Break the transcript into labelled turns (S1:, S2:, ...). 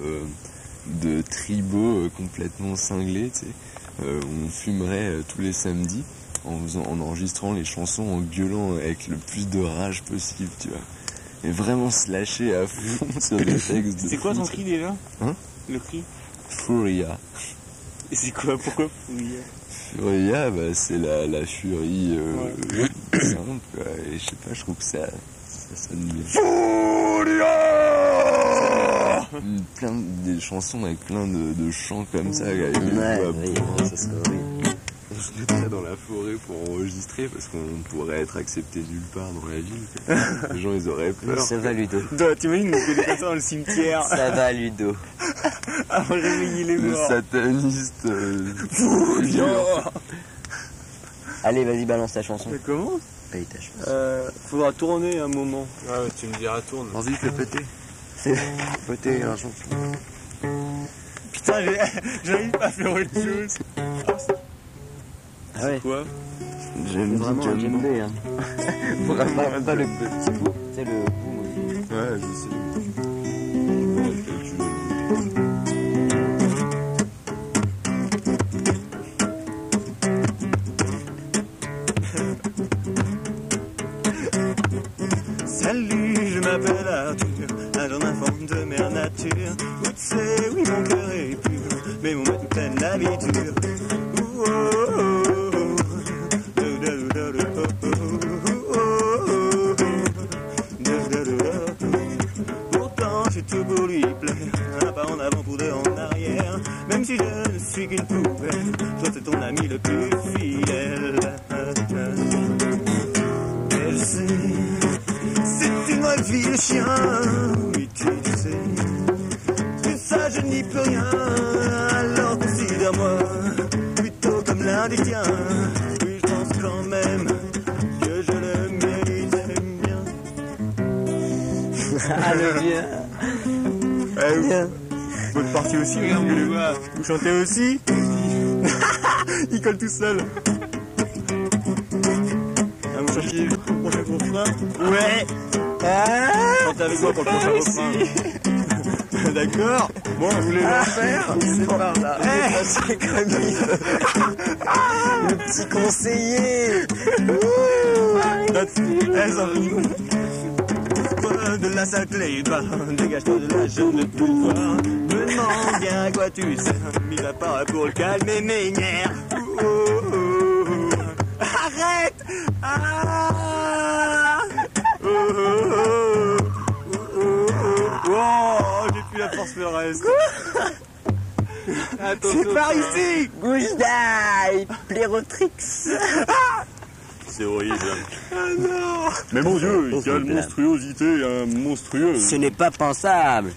S1: euh, de tribaux euh, complètement cinglés, tu sais, euh, où on fumerait euh, tous les samedis en, faisant- en enregistrant les chansons en gueulant avec le plus de rage possible, tu vois. Et vraiment se lâcher à fond sur des textes de
S2: C'est quoi
S1: fou,
S2: ton
S1: tu
S2: cri déjà
S1: Hein
S2: Le cri
S1: vois. Furia.
S2: Et c'est quoi Pourquoi Furia
S1: Furia, bah, c'est la, la furie euh, simple, quoi. Et je sais pas, je trouve que ça, ça sonne bien. Furia Plein de- des chansons avec plein de, de chants comme ça, avec le
S3: Ouais,
S1: doigt
S3: oui,
S1: pour-
S3: ça serait horrible.
S1: On se mettrait dans la forêt pour enregistrer parce qu'on pourrait être accepté nulle part dans la ville. quoi. Les gens, ils auraient peur.
S3: Ça va, Ludo.
S2: Toi, t'imagines nous connaît comme ça dans le cimetière
S3: Ça va, Ludo.
S2: à réveiller les
S1: Le
S2: morts
S1: sataniste. euh,
S3: Allez, vas-y, balance ta chanson.
S2: Mais comment
S3: Paye ta chanson.
S2: euh, Faudra tourner un moment.
S4: Ouais, tu me diras tourne.
S3: Vas-y, fais péter. Fais péter la chanson.
S2: Putain, j'ai- j'arrive pas à faire autre chose.
S3: Ah ouais,
S2: Quoi
S3: c'est
S1: J'aime
S3: vraiment un
S1: bien.
S3: gameplay. Hein. vraiment, pas, pas le petit bout. C'est le bout.
S1: Ouais, je sais. Ouais, je sais.
S2: Salut, je m'appelle Arthur, un homme informe de mère nature. Où tu sais, oui, mon cœur est pur, mais mon maître peine l'habitude. Ouh, oh, oh, oh. Dou, dou, dou, dou, oh, oh, oh, oh, oh. Dou, dou, dou, oh, oh. Pourtant, j'ai tout pour lui plaire, un pas en avant pour deux en arrière. Même si je ne suis qu'une poubelle, toi c'est ton ami le plus fidèle. Elle sait c'est une vraie vie de chien, oui tu le sais. Que ça je n'y peux rien, alors considère-moi plutôt comme l'un des tiens. Oui je pense quand même que je le mérite bien.
S3: Ah, le vieux.
S2: Eh,
S3: Bien.
S2: Votre partie aussi, hein, regarde, vous Vous chantez aussi Il colle tout seul. Ah, vous chantez pour le prochain refrain Ouais Chantez avec moi pour le prochain refrain. D'accord Ah, Bon, vous voulez le faire
S3: C'est par là.
S2: Eh.
S3: C'est comme il veut. Le petit conseiller. Ouh.
S2: Eh, Sandrine. Quoi de la sale clé de bain Dégage-toi de là, je ne peux voir Me demande bien à quoi tu sers Mis à part pour le calmer mes nerfs Oh, oh, oh, oh. Arrête ah oh, oh, oh. Oh, oh, oh. Oh, j'ai plus la force le reste C'est par ici
S3: Gouge d'ail. Plérotrix.
S4: C'est horrible.
S2: Ah
S5: Mais mon dieu, quelle monstruosité hein, monstrueuse
S3: Ce n'est pas pensable.